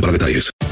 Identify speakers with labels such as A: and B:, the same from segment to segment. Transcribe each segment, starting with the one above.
A: para detalles.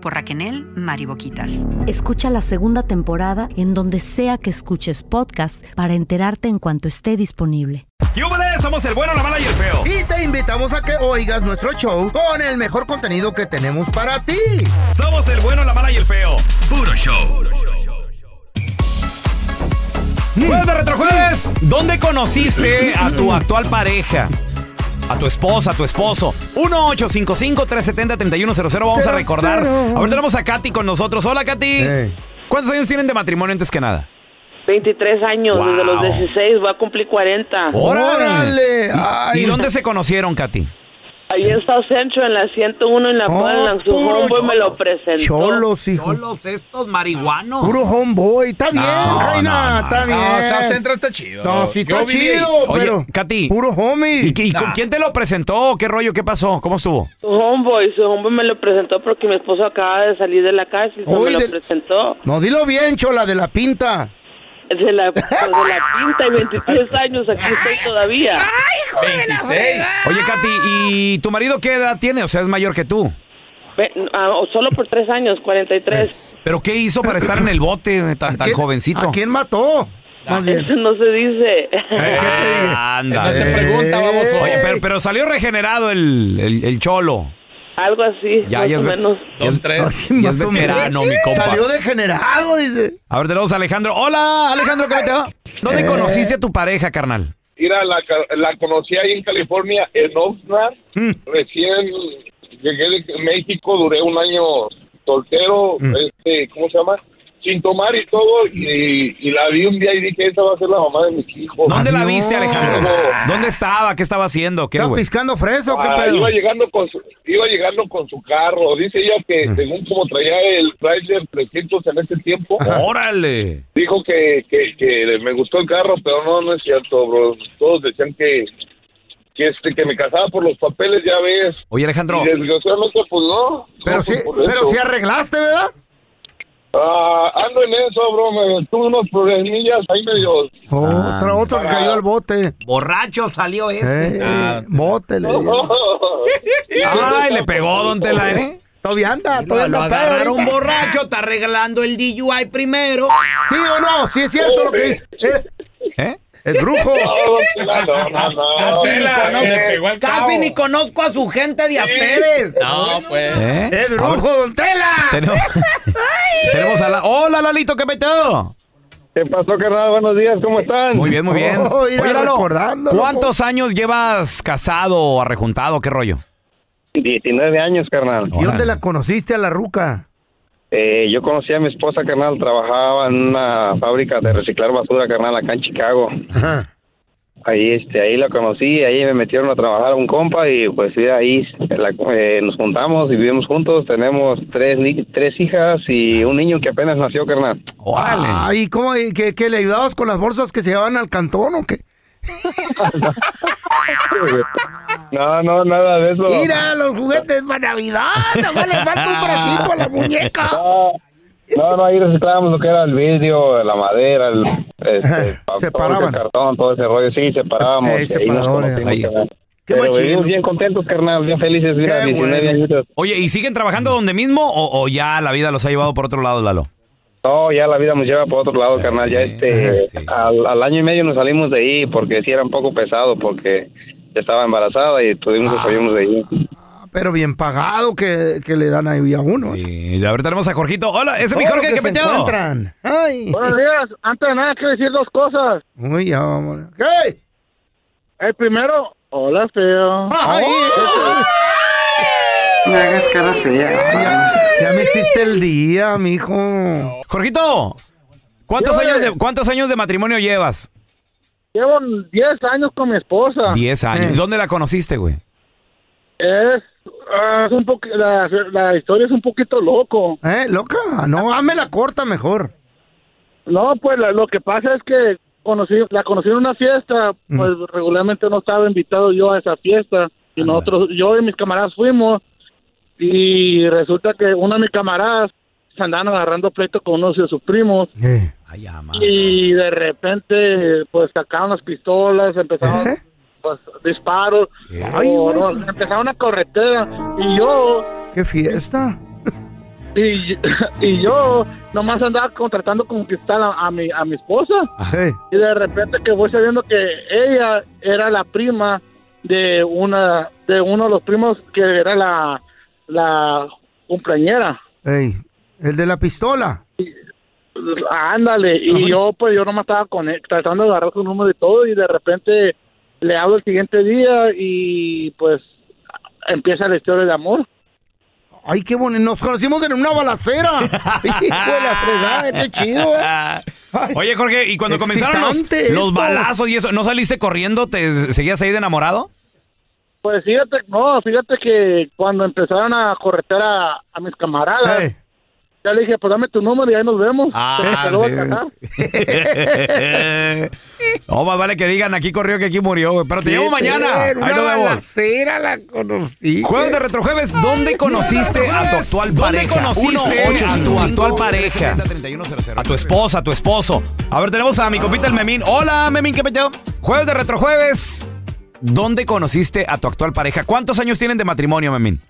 B: Por Raquenel Mariboquitas.
C: Escucha la segunda temporada en donde sea que escuches podcast para enterarte en cuanto esté disponible.
D: ¡Yúbales! Somos el bueno, la mala y el feo.
E: Y te invitamos a que oigas nuestro show con el mejor contenido que tenemos para ti.
D: Somos el bueno, la mala y el feo.
A: Puro show.
D: Jueves de retrojueves. ¿Dónde conociste a tu actual pareja? A tu esposa, a tu esposo. 1-855-370-3100. Vamos a recordar. Ahora tenemos a Katy con nosotros. Hola, Katy.
E: Hey.
D: ¿Cuántos años tienen de matrimonio antes que nada?
F: 23 años,
D: Wow.
F: desde los 16, va a cumplir 40.
E: ¡Órale!
D: ¿Y
E: Ay.
D: dónde se conocieron, Katy?
F: Ahí en South Central, en la 101, en la
E: Oh,
F: Portland, su
E: puro
F: homeboy me lo presentó.
E: Cholos, hijo.
G: Los
D: eh,
G: estos marihuanos.
E: Puro homeboy. Está bien,
D: No,
E: Jaina.
D: no, no,
E: está
D: no,
E: bien.
G: No, South Central está chido.
E: No, sí está
G: Yo viví ahí.
E: chido,
D: Oye,
E: pero...
D: Katy.
E: Puro homie.
D: ¿Y, qué- y con
G: Nah.
D: quién te lo presentó? ¿Qué rollo? ¿Qué pasó? ¿Cómo estuvo?
F: Su homeboy, su homeboy me lo presentó porque mi esposo acaba de salir de la cárcel, so
E: Uy,
F: me lo
E: del-
F: presentó.
E: No, dilo bien, chola, de la pinta.
F: De la, pues, de la quinta y 23 años, aquí estoy todavía.
G: 26.
D: Oye, Katy, ¿y tu marido qué edad tiene? O sea, es mayor que tú.
F: Ve- ah, o solo por 3 años, 43.
D: ¿Pero qué hizo para estar en el bote eh, tan, tan
E: ¿Quién-
D: jovencito?
E: ¿A quién mató? Más bien.
F: Eso no se dice.
E: Eh, ¿qué te dije?
D: Anda.
G: No se pregunta, baboso.
D: Oye, pero, pero salió regenerado el, el- el cholo.
F: Algo así,
D: Ya,
F: más
D: ya
F: o
D: es, ve-
F: menos.
D: ya es-
G: Dos, tres.
D: ya
E: Más
D: es
E: o menos.
D: veterano, mi compa.
E: Salió degenerado, dice.
D: A ver, tenemos a Alejandro. Hola, Ah, Alejandro, ¿cómo te va?
E: Eh.
D: ¿Dónde conociste a tu pareja, carnal?
H: Mira, la, ca- la conocí ahí en California, en Oxnard.
D: Mm.
H: Recién llegué de México, duré un año soltero,
D: Mm.
H: este, ¿cómo se llama? Sin tomar y todo, y, y la vi un día y dije, esa va a ser la mamá de mis hijos.
D: ¿Dónde la
E: Adiós.
D: viste, Alejandro? ¿Dónde estaba? ¿Qué estaba haciendo? ¿Qué,
E: ¿Está
D: güey?
E: piscando fresa o qué
H: Ah,
E: pedo?
H: iba llegando con su, iba llegando con su carro. Dice ella que
D: Mm.
H: según como traía el Chrysler 300 en ese tiempo,
D: ¡Órale!
H: dijo que, que, que me gustó el carro, pero no, no es cierto, bro. Todos decían que, que, este, que me casaba por los papeles, ya ves.
D: Oye, Alejandro,
H: Y desgraciadamente, pues no.
E: Pero
H: No,
E: sí,
H: pues, por
E: pero
H: eso.
E: sí arreglaste, ¿verdad?
H: Ah, ando en eso, bro. Me, tuve unos problemillas ahí medio. Ah.
E: Otra, otro que cayó al bote.
G: Borracho salió este.
E: Eh,
G: Ah,
E: bote, le digo.
D: ¡Ay, le pegó, don Tela, eh!
E: Todavía anda,
G: Lo,
E: todavía
G: lo
E: anda pedo
G: agarraron
E: ahorita.
G: borracho, está arreglando el DUI primero.
E: ¿Sí o no? Sí es cierto
F: Oh,
E: lo que dice. Eh,
D: ¿Eh?
E: el brujo.
H: No, no, no, no.
G: Casi ni
H: Eh,
G: conozco- Casi ni conozco a su gente de a ustedes.
I: No, pues.
D: ¿Eh?
E: El
D: Ahora-
E: brujo, don Tela.
D: Tenemos, tenemos a la. ¡Hola, Lalito! ¿Qué peteo?
H: ¿Qué pasó, carnal? Buenos días, ¿cómo están?
D: Muy bien, muy bien.
E: Oh, mira,
D: Oye, Lalo,
E: recordando,
D: ¿cuántos años llevas casado o arrejuntado? ¿Qué rollo?
H: 19 años, carnal.
E: ¿Y dónde la conociste a la ruca?
J: Eh, yo conocí a mi esposa, carnal, trabajaba en una fábrica de reciclar basura, carnal, acá en Chicago. Ahí, este, ahí la conocí, ahí me metieron a trabajar un compa y pues sí, ahí la- eh, nos juntamos y vivimos juntos. Tenemos tres, ni- tres hijas y un niño que apenas nació, carnal.
E: Ah, ¿y cómo? ¿Y ¿Qué, qué le ayudabas con las bolsas que se llevaban al cantón o qué?
J: No, no, nada de eso.
E: Mira, los juguetes para Navidad. nomás le falta un bracito a la muñeca.
J: No, no, ahí reciclábamos lo que era el vidrio, la madera, el, este, todo ese cartón, todo ese rollo. Sí, separábamos.
D: Ey,
J: y ahí nos
D: separadores.
J: conocimos,
D: Ahí.
J: carnal.
D: Qué
J: Pero
D: machín.
J: vivimos bien contentos, carnal, bien felices. Mira,
D: Qué
J: 19
D: bueno.
J: añitos.
D: Oye, ¿y siguen trabajando donde mismo o, o ya la vida los ha llevado por otro lado, Lalo?
J: No, ya la vida nos lleva por otro lado, carnal. Ya este, al, al año y medio nos salimos de ahí porque sí era un poco pesado porque ya estaba embarazada y tuvimos
D: Ah.
J: que salirnos de ahí.
E: Ah, Pero bien pagado que, que le dan ahí a uno.
D: Y ya ahorita tenemos a Jorgito. Hola, ese es mi
E: Todo
D: Jorge,
E: lo
D: ¿qué
E: se
D: peteo?
E: encuentran. Ay.
K: Buenos días. Antes de nada, quiero decir dos cosas.
E: Uy, ya vamos.
K: ¿Qué? El primero, hola, feo.
E: No hagas cara fea. Ya, ya me hiciste el día, mijo.
D: Jorgito, ¿cuántos años, de, ¿cuántos años de matrimonio llevas?
K: Llevo 10 años con mi esposa.
D: Diez
E: Eh.
D: años. ¿Dónde la conociste, güey?
K: Es, ah, es un poqu- la, la historia es un poquito loco.
E: ¿Eh? ¿Loca? No, hazme la corta mejor.
K: No, pues la- lo que pasa es que conocí, la conocí en una fiesta,
E: Mm.
K: pues regularmente no estaba invitado yo a esa fiesta y nosotros, yo y mis camaradas fuimos y resulta que uno de mis camaradas se andaban agarrando pleito con unos de sus primos y de repente pues sacaron las pistolas, empezaron pues, disparos, o no, empezaron una corretera y yo
E: ¿Qué fiesta?
K: y, y yo nomás andaba contratando conquistar a, a mi, a mi esposa.
E: Ey.
K: Y de repente que voy sabiendo que ella era la prima de una de uno de los primos que era la, la cumpleañera.
E: Ey, el de la pistola.
K: Ándale. Y yo pues yo nomás estaba con él, tratando de agarrar su número y todo y de repente le hablo el siguiente día y pues empieza la historia de amor.
E: Ay, qué bonito. Nos conocimos en una balacera. Hijo de la fregada, qué chido, eh.
D: Oye, Jorge, ¿y cuando comenzaron los,
E: Excitante
D: los
E: esto.
D: balazos y eso, no saliste corriendo? ¿Te seguías ahí de enamorado?
K: Pues fíjate, no, fíjate que cuando empezaron a corretear a, a mis camaradas, ya le dije, pues dame tu número y ahí nos vemos.
D: Ah,
K: Te- te lo voy a
D: sí.
K: cagar.
D: No, más vale que digan aquí corrió que aquí murió, güey. Pero te
E: Qué
D: llevo mañana. Ahí
E: perro,
D: nos
E: una
D: vemos.
E: balacera la conocí.
D: Jueves de Retrojueves, ¿dónde conociste a tu actual
E: ¿Dónde
D: pareja?
E: conociste
D: 1-855-370-3100. a tu actual pareja? A tu esposa, a tu esposo. A ver, tenemos a mi compita el Memín. Hola, Memín, ¿qué peteo? Jueves de Retrojueves, ¿dónde conociste a tu actual pareja? ¿Cuántos años tienen de matrimonio, Memín?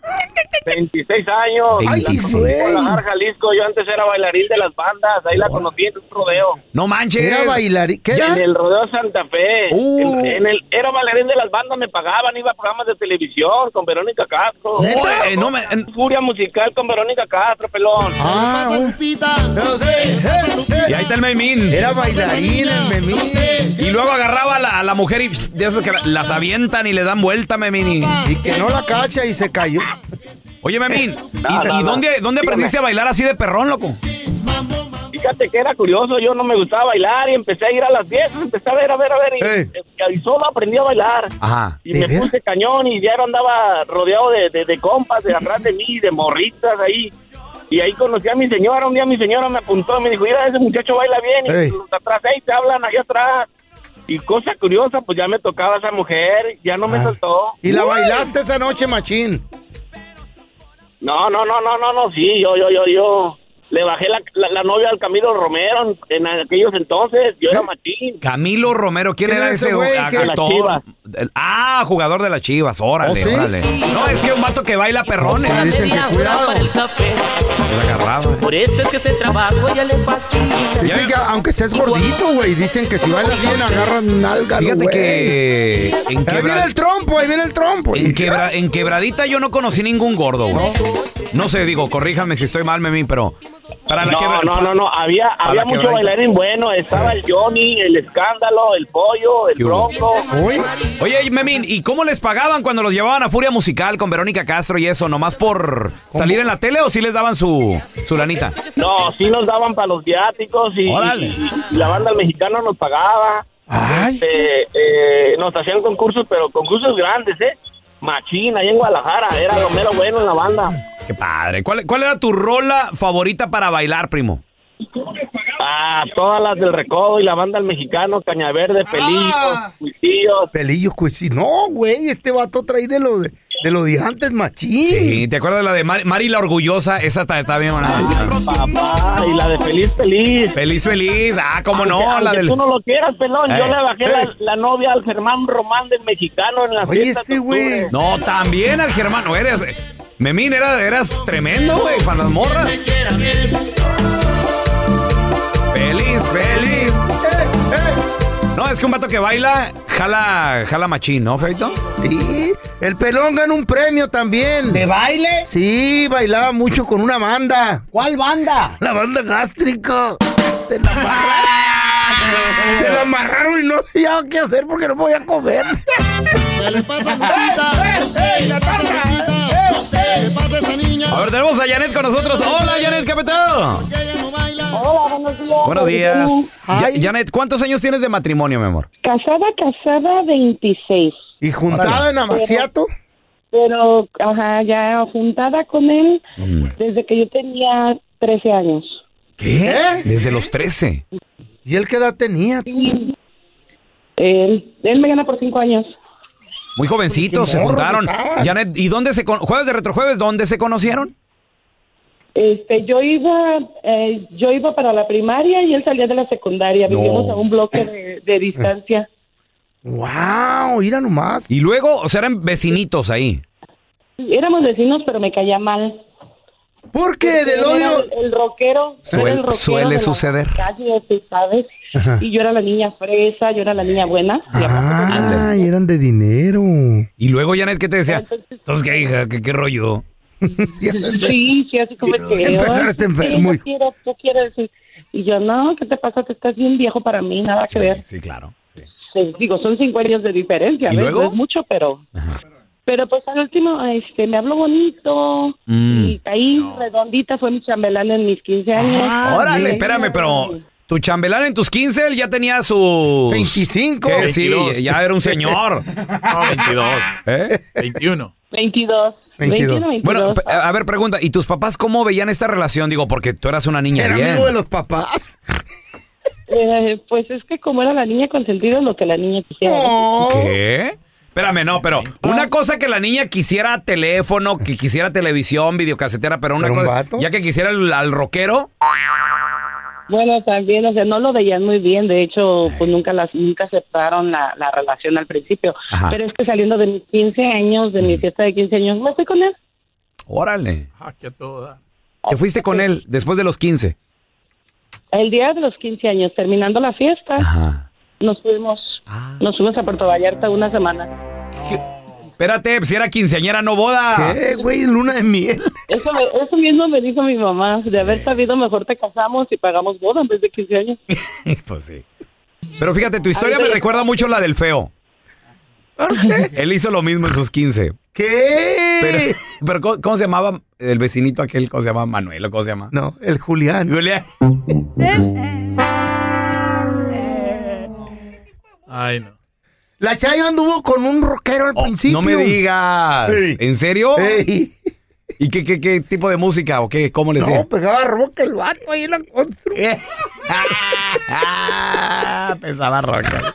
L: 26 años.
D: 26.
L: En Guadalajara, Jalisco. Yo antes era bailarín de las bandas. Ahí la conocí en un rodeo.
D: No manches.
E: Era bailar. ¿Qué?
L: En el rodeo Santa Fe.
E: Uh.
L: En- en el- era bailarín de las bandas, me pagaban, iba a programas de televisión con Verónica Castro.
D: Oye, no me-
L: Furia musical con Verónica Castro, pelón.
E: Ah,
D: Y ahí está el Memín.
E: eh,
D: Pues,
E: Era bailarín el Memín.
D: Y luego agarraba a la, a la mujer y pss, de esas que la- las avientan y le dan vuelta, Memín. Y,
E: Que no la cacha y se cayó.
D: Oye, Memín, ¿y,
L: No, no,
D: y
L: no.
D: dónde, dónde aprendiste a bailar así de perrón, loco?
L: Fíjate que era curioso, yo no me gustaba bailar y empecé a ir a las 10, empecé a ver, a ver, a ver, y, y solo aprendí a bailar.
D: Ajá.
L: Y me puse cañón y ya andaba rodeado de, de- de compas de atrás de mí, de morritas ahí. Y ahí conocí a mi señora, un día mi señora me apuntó y me dijo, mira, ese muchacho baila bien y
E: Ey.
L: los de atrás, ahí te hablan allá atrás. Y cosa curiosa, pues ya me tocaba esa mujer, ya no me soltó.
E: Ah. Y la bailaste esa noche, machín.
L: No, no, no, no, no, no, sí, yo, yo, yo, yo. Le bajé la, la- la novia al Camilo Romero en, en aquellos entonces, yo
E: ¿Eh?
L: era machín.
D: Camilo Romero, ¿quién, era ese
L: güey
D: a-
L: que- De las Chivas.
D: actor? El- Ah, jugador de las Chivas, órale,
L: ¿Oh, sí?
D: órale. No, es que un vato que baila perrones.
M: Media hora para el café.
D: Era agarrado.
M: Por eso es que ese trabajo ya le fascina.
E: Dicen que aunque estés gordito, güey, dicen que si bailas bien agarran nalgas,
D: Fíjate
E: güey.
D: que en,
E: Ahí
D: quebra- Eh,
E: viene el trompo, ahí viene el trompo.
D: en quebra- en quebradita yo no conocí ningún gordo, güey. No sé, digo, corríjanme si estoy mal, Memín, pero para la
L: no,
D: quebra-
L: no, no, no, había,
D: para
L: había
D: la
L: mucho
D: quebradita.
L: bailarín bueno, estaba el Johnny, el Escándalo, el Pollo, el
D: ¿Qué hubo?
L: Bronco.
D: Oye, y Memín, ¿y cómo les pagaban cuando los llevaban a Furia Musical con Verónica Castro y eso? ¿Nomás por salir en la tele o sí les daban su, su lanita.
L: No, sí nos daban para los viáticos y,
D: Órale.
L: y- y la banda mexicana nos pagaba. Este, eh, nos hacían concursos, pero concursos grandes, ¿eh? Machina, ahí en Guadalajara, era lo mero bueno en la banda.
D: Qué padre. ¿Cuál, cuál era tu rola favorita para bailar, primo?
L: Ah, todas las del Recodo y la banda del Mexicano, Cañaverde, Pelillos, Cuisillos.
E: Pelillos, cuisillos. No, güey, este vato trae de lo de, de, lo de antes, machín.
D: Sí, ¿te acuerdas de la de Mari, Mari la Orgullosa? Esa está, está bien, buena.
L: Papá, y la de Feliz Feliz.
D: Feliz Feliz, ah, cómo no,
L: Aunque-
D: la
L: aunque
D: del...
L: tú no lo quieras, pelón. Yo
D: Eh.
L: le bajé la, la novia al Germán Román del Mexicano en la fiesta
D: este
L: de octubre.
D: No, también al Germano, eres... Memín, era, eras tremendo, güey, para las morras. Feliz, feliz. eh. No, es que un vato que baila, jala, jala machín, ¿no, Feito?
E: Sí, el pelón ganó un premio también. ¿De
G: baile?
E: Sí, bailaba mucho con una banda.
G: ¿Cuál banda?
E: La banda gástrico. Se la amarraron. Se la amarraron y no sabía qué hacer porque no podía comer.
N: ¿Qué le pasa, Lupita? No sé, ¿qué le pasa, Lupita? No sé, ¿qué le pasa a esa niña?
D: A ver, tenemos a Janet con nosotros. Hola, Janet, ¿qué petado?
O: Hola, buenos días.
D: Buenos días. Ya- Janet, ¿cuántos años tienes de matrimonio, mi amor?
O: Casada, casada, 26.
E: ¿Y
D: juntada en
E: Amaciato?
O: Pero, pero, ajá, ya juntada con él desde que yo tenía 13 años.
D: ¿Qué? Desde los 13.
E: ¿Y él qué edad tenía?
O: Él, él me gana por 5 años.
D: Muy jovencitos,
O: Qué
D: se
O: morro
D: juntaron.
O: que estabas.
D: Janet, ¿y dónde se con... jueves de retrojueves, dónde se conocieron?
O: Este, yo iba, eh, yo iba para la primaria y él salía de la secundaria.
D: No.
O: Vivíamos a un bloque de, de distancia.
E: Wow, mira nomás.
D: Y luego, o sea, eran vecinitos ahí.
O: Éramos vecinos, pero me caía mal.
E: ¿Por qué?
O: Del odio. El, el rockero.
D: Suel-
O: era el rockero
D: suele
O: de la
D: suceder.
O: calle, tú ¿sabes?
E: Ajá.
O: Y yo era la niña fresa, yo era la niña buena. Y
E: Ah, y eran de dinero.
D: Y luego, Janet, ¿qué te decía? Entonces, ¿qué hija? ¿Qué, qué rollo?
O: Sí, sí, así como que.
D: Empezaste
O: "Ay, sí,
D: enfermo,
O: yo
D: hijo".
O: quiero, yo quiero decir. Y yo, no, ¿qué te pasa? Tú estás bien viejo para mí, nada que ver.
D: Sí, claro.
O: Sí, digo, son cinco años de diferencia,
D: ¿Y
O: ¿ves?
D: luego?
O: No es mucho, pero. Pero pues al último, este, me habló bonito.
D: Mm.
E: Mm.
O: Y ahí, redondita, fue mi chambelán en mis 15 años.
D: Ah, Órale,
O: Sí.
D: espérame, pero tu chambelán en tus 15, él ya tenía sus...
E: 25.
D: ¿Qué? Sí,
P: 22.
D: ya Ah, era un señor. ¿Eh?
P: No, 22. 21.
O: 22. 21,
D: Bueno, pe- a a ver, pregunta, ¿y tus papás cómo veían esta relación? Digo, porque tú eras una niña
E: Era
D: bien.
E: amigo de los papás.
O: Eh, pues es que como era la niña consentida, lo que la niña quisiera.
E: Oh.
D: ¿Qué? Espérame, no, pero una cosa que la niña quisiera teléfono, que quisiera televisión, videocasetera, pero una cosa. Ya que quisiera al, al rockero.
O: Bueno, también, o sea, no lo veían muy bien. De hecho, pues nunca las nunca aceptaron la, la relación al principio.
D: Ajá.
O: Pero es que saliendo de mis 15 años, de mi fiesta de 15 años, me fui con él.
D: Órale. Te fuiste con él después de los 15.
O: El día de los 15 años, terminando la fiesta, nos fuimos
D: Ah.
O: nos fuimos a Puerto Vallarta una semana.
D: Espérate, pues, si era quinceañera, no boda.
E: ¿Qué, güey? Luna de miel.
O: Eso, me- eso mismo me dijo mi mamá. De haber sabido, mejor te casamos y pagamos boda en vez de 15 años.
D: pues sí. Pero fíjate, tu historia me recuerda mucho la del feo. Él hizo lo mismo en sus 15.
E: ¿Qué?
D: Pero, pero ¿cómo, cómo se llamaba el vecinito aquel? ¿Cómo se llamaba Manuel? o ¿Cómo se llama?
E: No, el Julián.
D: Julián.
P: Ay, no.
E: La Chayo anduvo con un rockero al principio.
D: Oh, No me digas.
E: Ey.
D: ¿En serio?
E: Ey.
D: ¿Y qué, qué, qué tipo de música o qué? ¿Cómo le decía?
E: No, pegaba rock el vato ahí en la constru.
D: Eh. Ah, pesaba roca.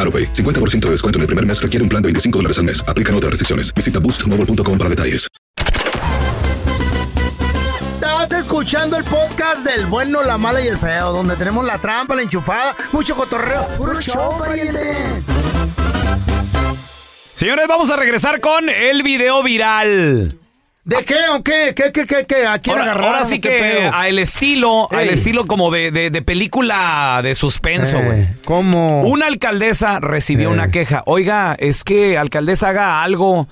A: AroPay. 50% de descuento en el primer mes requiere un plan de 25 dólares al mes. Aplican otras restricciones. Visita boostmobile.com para detalles.
E: Estás escuchando el podcast del bueno, la mala y el feo, donde tenemos la trampa, la enchufada, mucho cotorreo. ¡Puro show, pariente!
D: Señores, vamos a regresar con el video viral.
E: ¿De qué o qué? ¿Qué, qué, qué, qué? ¿A quién
D: Ahora,
E: agarraron?
D: ahora sí
E: ¿Qué
D: que
E: pedo?
D: al estilo, al
E: Ey.
D: estilo como de, de- de película de suspenso, güey.
E: ¿Cómo?
D: Una alcaldesa recibió una queja. Oiga, es que alcaldesa haga algo.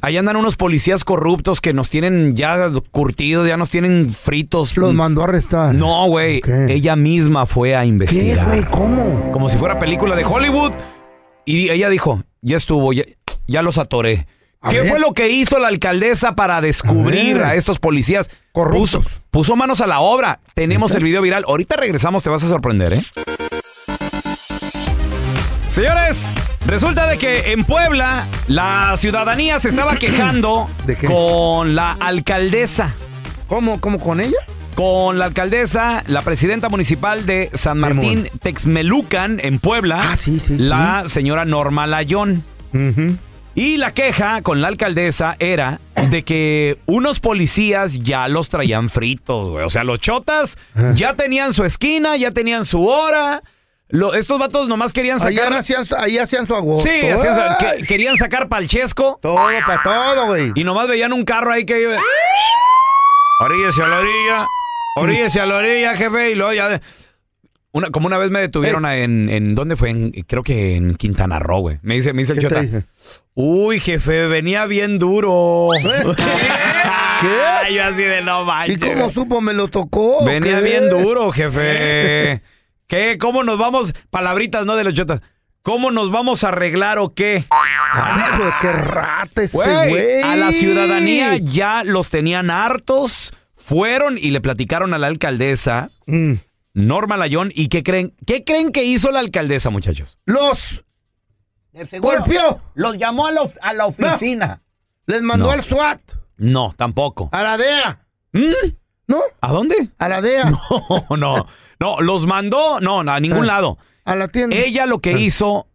D: Ahí andan unos policías corruptos que nos tienen ya curtidos, ya nos tienen fritos.
E: Los mandó a arrestar.
D: No, güey. Ella misma fue a investigar.
E: güey? ¿Cómo?
D: Como si fuera película de Hollywood. Y ella dijo, ya estuvo, ya, ya los atoré. ¿Qué
E: ver.
D: fue lo que hizo la alcaldesa para descubrir
E: ver.
D: a, estos policías? Corruptos. Puso, puso manos a la obra. Tenemos el video viral. Ahorita regresamos, te vas a sorprender, ¿eh? Señores, resulta de que en Puebla la ciudadanía se estaba quejando con la alcaldesa.
E: ¿Cómo? ¿Cómo con ella?
D: Con la alcaldesa, la presidenta municipal de San Martín Texmelucan en Puebla,
E: Ah,
D: la señora Norma Layón. Y la queja con la alcaldesa era de que unos policías ya los traían fritos, güey. O sea, los chotas
E: Ah.
D: ya tenían su esquina, ya tenían su hora. Lo- estos vatos nomás querían sacar...
E: Ahí hacían, su- ahí hacían su agosto.
D: Sí, hacían su- que- querían sacar palchesco. Todo para todo, güey. Y nomás veían un carro ahí que iba. Oríllese a la orilla. Oríllese a la orilla, jefe. Y luego ya. Una, como una vez me
E: Eh.
D: detuvieron en, en. ¿Dónde fue? En- creo que en Quintana Roo, güey. Me dice, me dice el
E: ¿Qué te
D: chota.
E: dije?
D: Uy, jefe, venía bien duro. ¿Qué? Yo así de no manches.
E: ¿Y cómo supo? ¿Me lo tocó?
D: Venía bien duro, jefe. ¿Qué? ¿Cómo nos vamos? Palabritas, ¿no? De los chotas. ¿Cómo nos vamos a arreglar o qué?
E: ¡Qué rata ese
D: Güey,
E: güey!
D: a la ciudadanía ya los tenían hartos. Fueron y le platicaron a la alcaldesa,
E: Mm.
D: Norma Layón, y ¿qué creen? ¿Qué creen que hizo la alcaldesa, muchachos?
E: Los
G: golpeó. Los llamó a, la of- a la oficina.
E: les mandó
D: No.
E: al SWAT,
D: No, tampoco.
E: a la DEA. ¿No?
D: ¿Mm? ¿A dónde?
E: A la DEA.
D: No, no. No, los mandó, no, no, a ningún
E: Ah.
D: lado.
E: A la tienda.
D: Ella lo que
E: Ah.
D: hizo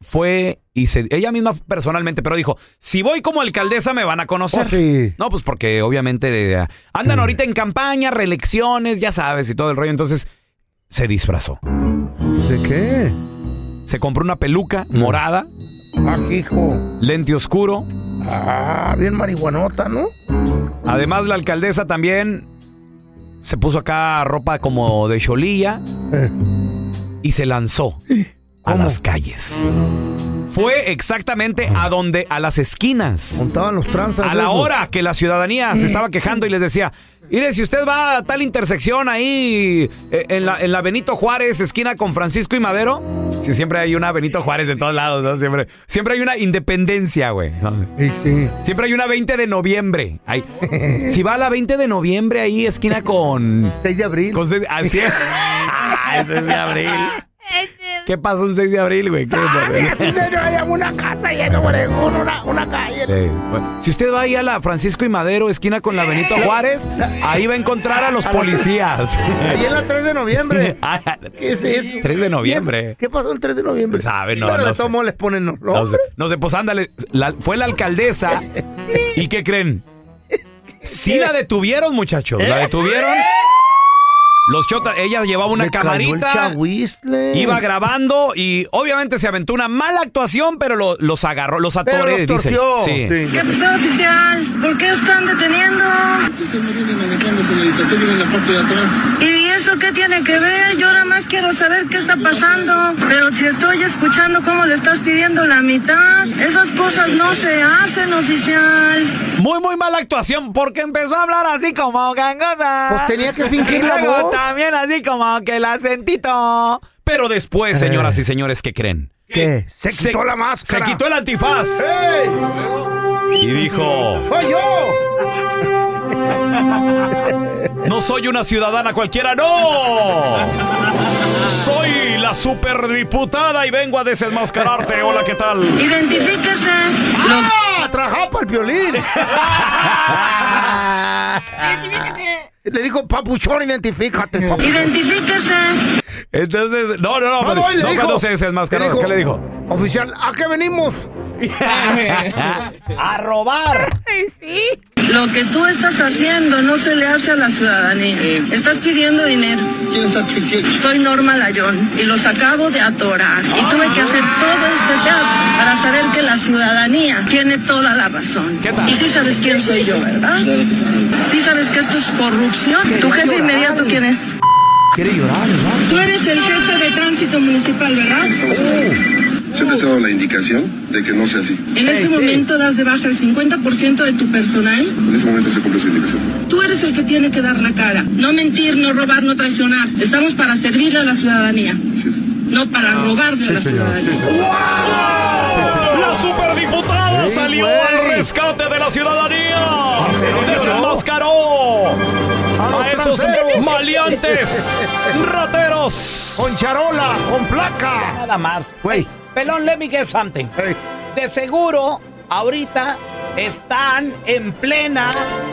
D: fue, y se- ella misma personalmente, pero dijo, si voy como alcaldesa me van a
E: Oh,
D: conocer. No, pues porque obviamente eh, andan ahorita en campaña, reelecciones, ya sabes, y todo el rollo. Entonces, se disfrazó.
E: ¿De qué?
D: Se compró una peluca morada,
E: Ah, hijo.
D: lente oscuro.
E: Ah, bien marihuanota, ¿no?
D: Además, la alcaldesa también se puso acá ropa como de cholilla
E: Eh.
D: y se lanzó a las calles. Fue exactamente a donde, a las esquinas.
E: Estaban los tranzas.
D: A la
E: esos.
D: hora que la ciudadanía se estaba quejando y les decía, mire, si usted va a tal intersección ahí, eh, en la, en la Benito Juárez, esquina con Francisco y Madero, si siempre hay una Benito Juárez de todos lados, ¿no? Siempre, siempre hay una independencia, güey. ¿no? Siempre hay una 20 de noviembre. Ahí. si va a la 20 de noviembre ahí, esquina con...
E: 6 de abril.
D: Con seis- así es. Ah, es 6 de abril. ¿Qué pasó un 6 de abril, güey? ¿Qué
N: En serio, hay una casa ahí en Obregón, una, una calle.
D: Eh, bueno, si usted va ahí a la Francisco y Madero, esquina con la Benito Juárez, ahí va a encontrar a los policías.
E: Ahí en la 3 de noviembre.
D: Ah,
E: ¿Qué es eso?
D: 3 de noviembre.
E: ¿Qué pasó el 3 de noviembre?
D: Sabe, no,
E: Pero
D: no
E: de
D: sé.
E: todos modos les ponen los
D: No sé, no sé, pues ándale. la- fue la alcaldesa. ¿Y qué creen? Sí la detuvieron, muchachos.
E: ¿Eh?
D: La detuvieron. Los chotas, ella llevaba una
E: Le cayó el
D: camarita.
E: chahuistle.
D: Iba grabando y obviamente se aventó una mala actuación, pero lo- los agarró, los
E: Pero
D: atoré,
E: los
D: dicen.
E: torció.
D: Sí.
Q: ¿Qué pasó, oficial? ¿Por qué están deteniendo? ¿Y eso qué tiene que ver? Yo nada más quiero saber qué está pasando. Pero si estoy escuchando cómo le estás pidiendo la mitad, esas cosas no se hacen, oficial.
D: Muy, muy mala actuación porque empezó a hablar así como gangosa.
E: Pues tenía que fingir
D: Y
E: la
D: luego
E: voz.
D: también así como que el acentito. Pero después, señoras y señores, ¿qué creen?
E: Eh. ¿Qué? Se quitó la máscara.
D: Se quitó el antifaz.
E: ¡Ey!
D: Y dijo,
E: ¡Soy yo!
D: no soy una ciudadana cualquiera, no. Soy la superdiputada y vengo a desenmascararte. Hola, ¿qué tal?
Q: Identifíquese.
E: ¡Ah! ¡Trabajaba para el violín! Le dijo, papuchón, identifícate, papuchón.
Q: Identifíquese.
D: Entonces, no, no, no.
E: Ah, No, no, y le dijo-
D: cuando se desenmascaró,
E: le dijo-
D: ¿qué le dijo?
E: Oficial, ¿a qué venimos?
Q: A robar. sí. Lo que tú estás haciendo no se le hace a la ciudadanía. Estás pidiendo dinero. Soy Norma Layón y los acabo de atorar. Y tuve que hacer todo este teatro para saber que la ciudadanía tiene toda la razón. Y sí sabes quién soy yo, ¿verdad? Sí sabes que esto es corrupción. ¿Tu jefe inmediato quién es?
E: Quiere llorar, ¿verdad?
Q: Tú eres el jefe de tránsito municipal, ¿verdad?
R: Se les ha dado la indicación de que no sea así.
Q: En este momento das de baja el 50% de tu personal.
R: En ese momento se cumple su indicación.
Q: Tú eres el que tiene que dar la cara. No mentir, no robar, no traicionar. Estamos para servirle a la ciudadanía. No para
E: Ah,
Q: robarle a la ciudadanía.
D: La superdiputada salió al rescate de la
E: Ah,
D: ciudadanía. Desenmascaró a esos
E: transeros.
D: maleantes, rateros.
E: Con charola, con placa.
G: Nada más. Güey. Pelón, let me get something. De seguro, ahorita están en plena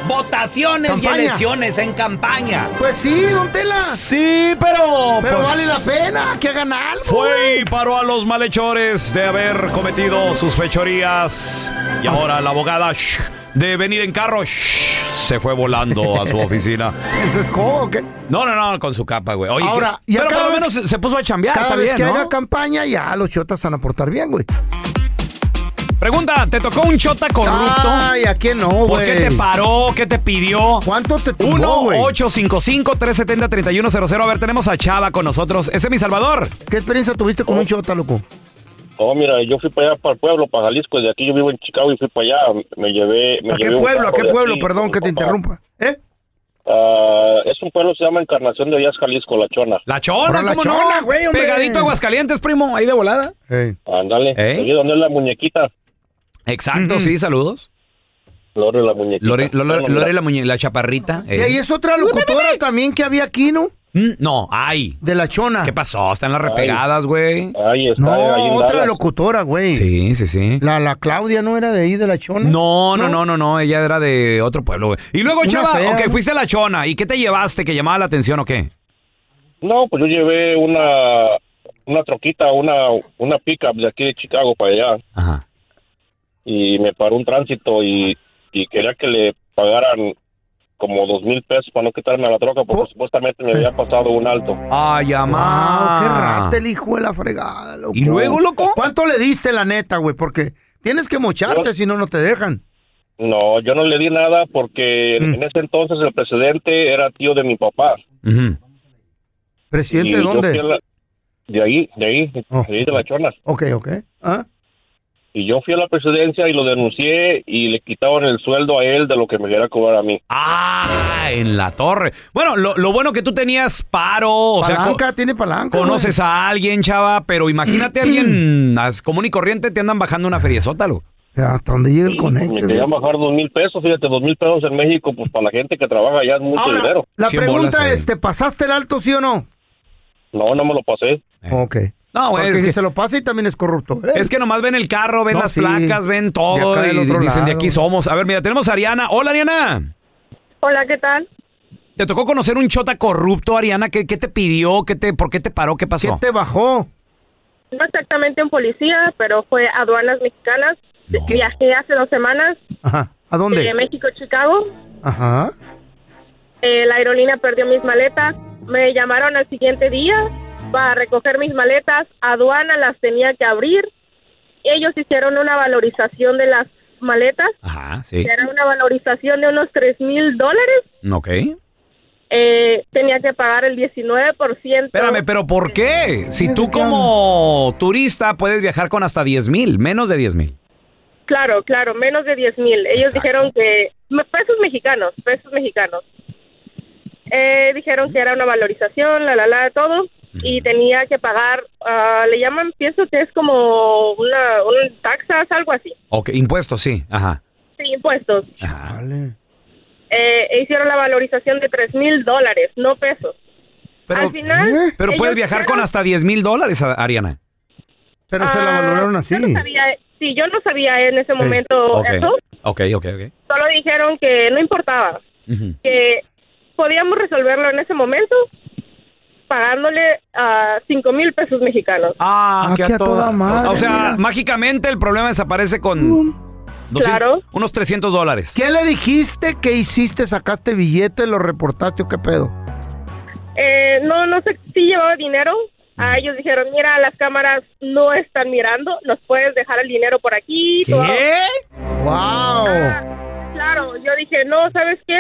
G: votaciones
E: Campaña.
G: y elecciones en campaña.
E: Pues sí, don Tela.
D: Sí, pero.
E: Pero
D: pues,
E: vale la pena que hagan algo.
D: Fue y paró a los malhechores de haber cometido sus fechorías. Y ahora la abogada shh, de venir en carro shh, se fue volando a su oficina.
E: ¿Eso es como o qué?
D: No, no, no, con su capa, güey. Oye,
E: Ahora,
D: ¿qué-
E: ya
D: pero
E: cada
D: por lo
E: vez-
D: menos se, se puso a chambear,
E: Cada
D: está
E: vez
D: bien,
E: que
D: ¿no?
E: haga campaña, ya los chotas van a portar bien, güey.
S: Pues
D: Pregunta, ¿te tocó un chota corrupto?
E: Ay, ¿a quién no,
D: ¿Por
E: güey?
D: qué te paró? ¿Qué te pidió?
E: ¿Cuánto te tumbó, güey?
D: 1-855-370-3100. A ver, tenemos a Chava con nosotros. Ese es mi Salvador.
E: ¿Qué experiencia tuviste con un chota, loco?
S: Oh, mira, yo fui para allá, para el pueblo, para Jalisco. De aquí yo vivo en Chicago y fui para allá. Me llevé. Me
E: ¿A qué
S: llevé un
E: pueblo? ¿A
S: carro
E: qué
S: de
E: pueblo?
S: aquí
E: Perdón
S: con
E: que te
S: mi papá.
E: interrumpa. ¿Eh?
S: Ah, es un pueblo que se llama Encarnación de Ollas, Jalisco, La Chona.
D: La Chona,
S: Ahora la
D: ¿cómo
S: Chona,
D: no?
S: güey, hombre.
D: Pegadito a ¿Eh? Aguascalientes, primo, ahí de volada.
S: Ándale. Ahí donde es la muñequita.
D: Exacto, sí, saludos.
S: Lore la muñequita.
D: Lore, Lore-
S: Bueno, mira.
D: Lore la, muñe- la chaparrita.
E: Y ahí
D: eh.
E: es otra locutora también que había aquí, ¿no?
D: Mm, No, ay.
E: De la chona.
D: ¿Qué pasó? Están las repegadas, güey.
S: Eh, Ahí
E: No, otra locutora, güey.
D: Sí, sí, sí.
E: La, la Claudia no era de ahí, de la chona.
D: No, no, no, no, no, ella era de otro pueblo, güey. Y luego,
E: Una
D: Chava,
E: fea,
D: ok,
E: ¿no?
D: fuiste a la chona. ¿Y qué te llevaste que llamaba la atención o qué?
S: No, pues yo llevé una una troquita, una una pickup de aquí de Chicago para allá.
D: Ajá.
S: Y me paró un tránsito y, y quería que le pagaran como dos mil pesos para no quitarme la troca porque supuestamente me había pasado un alto.
D: Oh. Ay, amá.
E: Qué rata el hijo de la fregada, loco.
S: Ah. ¿Y luego,
D: loco?
E: ¿Cuánto le diste, la neta, güey? Porque tienes que mocharte, si no, no te dejan.
S: No, yo no le di nada porque
E: Mm.
S: en ese entonces el presidente era tío de mi papá.
E: ¿Presidente
S: Y
E: de
S: yo fui a
E: dónde? Oh.
S: la- de ahí, de ahí, de ahí de la chona.
E: Ok, ok. ¿Ah?
S: Y yo fui a la presidencia y lo denuncié y le quitaban el sueldo a él de lo que me quería cobrar a mí.
D: Ah, en la torre. Bueno, lo, lo bueno que tú tenías paro, o sea, co-
E: palanca, tiene palanca.
D: conoces a alguien, Chava, pero imagínate a alguien as- común y corriente, te andan bajando una feria sótalo.
E: güey. ¿Hasta dónde llega el
S: Me
E: conecte, güey?
S: querían bajar dos mil pesos, fíjate, dos mil pesos en México, pues para la gente que trabaja allá es mucho dinero.
E: La pregunta es, ¿te pasaste el alto, sí o no?
S: No, no me lo pasé.
E: Ok.
D: No, güey,
E: Porque
D: es
E: si
D: que-
E: se lo pasa y también es corrupto. ¿eh?
D: Es que nomás ven el carro, ven
E: No,
D: las
E: sí.
D: placas, ven todo
E: De acá del
D: y
E: otro
D: dicen de
E: lado".
D: aquí somos. A ver, mira, tenemos a Ariana. Hola, Ariana.
T: Hola, ¿qué tal?
D: ¿Te tocó conocer un chota corrupto, Ariana? ¿Qué, qué te pidió? ¿Qué te, ¿Por qué te paró? ¿Qué pasó?
E: ¿Qué te bajó?
T: No exactamente un policía, pero fue a aduanas mexicanas. Viajé hace dos semanas
E: Ajá. Uh-huh. ¿A
T: de
E: dónde? Uh-huh.
T: México a Chicago.
E: Ajá.
T: Eh, la aerolínea perdió mis maletas. Me llamaron al siguiente día para recoger mis maletas. Aduana las tenía que abrir. Ellos hicieron una valorización de las maletas.
D: Ajá, sí.
T: que Era una valorización de unos tres mil dólares.
D: Ok.
T: Eh, tenía que pagar el 19%.
D: Espérame, pero ¿por qué? Si tú como turista puedes viajar con hasta 10 mil, menos de 10 mil.
T: Claro, claro, menos de 10 mil. Ellos dijeron que, me- pesos mexicanos, pesos mexicanos. Eh, dijeron que era una valorización, la, la, la, todo. Y tenía que pagar, ah, le llaman, pienso que es como una, un taxas, algo así.
D: Ok, impuestos, sí. Ajá.
T: Sí, impuestos. Eh, e hicieron la valorización de 3 mil dólares, no pesos.
D: Pero- ¿eh?
T: Al final...
D: Pero
T: ellos
D: puedes viajar
T: dijeron-
D: con hasta 10 mil dólares, a- Ariana.
E: Pero
T: se la Ah, valoraron Eh,
D: así.
T: Yo no sabía, sí, yo no sabía en ese momento
D: Eh, Ok,
T: eso.
D: ok, ok. ok.
T: Solo dijeron que no importaba,
D: Ujú.
T: que podíamos resolverlo en ese momento pagándole a cinco mil pesos mexicanos.
D: Ah,
T: que a toda madre.
D: O sea, mágicamente el problema desaparece con... 200
E: Claro.
D: Unos 300 dólares.
E: ¿Qué le dijiste? ¿Qué hiciste? ¿Sacaste billete? ¿Lo reportaste o qué pedo?
T: Eh, no, no sé si llevaba dinero. A ellos dijeron, mira, las cámaras no están mirando, nos puedes dejar el dinero por aquí.
E: ¿Qué?
T: todo". Ah,
E: ¡Wow!
T: Claro, yo dije, no, ¿sabes qué?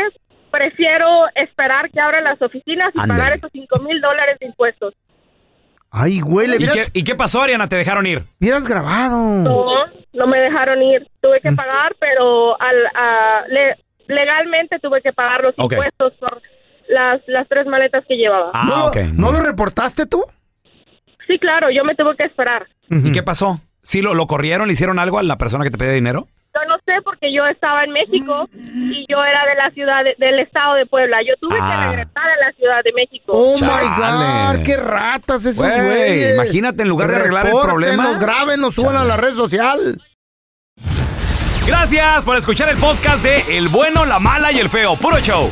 T: Prefiero esperar que abran las oficinas y
D: Ándale.
T: pagar esos cinco mil dólares de impuestos.
E: Ay, güey, le
D: ¿Y
E: hubieras,
D: qué, y qué pasó, Ariana? ¿Te dejaron ir?
E: hubieras grabado.
D: Mm.
T: No, no me dejaron ir. Tuve que pagar, pero al, a- le- legalmente tuve que pagar los
D: Ok.
T: impuestos por las, las tres maletas que llevaba.
D: Ah, ok.
E: ¿No lo reportaste tú?
T: Sí, claro, yo me tuve que esperar.
D: ¿Y qué pasó? ¿Sí lo, lo corrieron? ¿Le hicieron algo a la persona que te pedía dinero?
T: Yo no sé porque yo estaba en México y yo era de la ciudad, de- del estado de Puebla. Yo tuve
D: Ah.
T: que regresar a la ciudad de México.
E: Oh my
D: Chale.
E: God, qué ratas esos
D: Güey,
E: güeyes.
D: imagínate, en lugar de arreglar el problema.
E: Repórtenlos, Grábenlos, suban a la red social.
D: Gracias por escuchar el podcast de El Bueno, la Mala y el Feo. Puro show.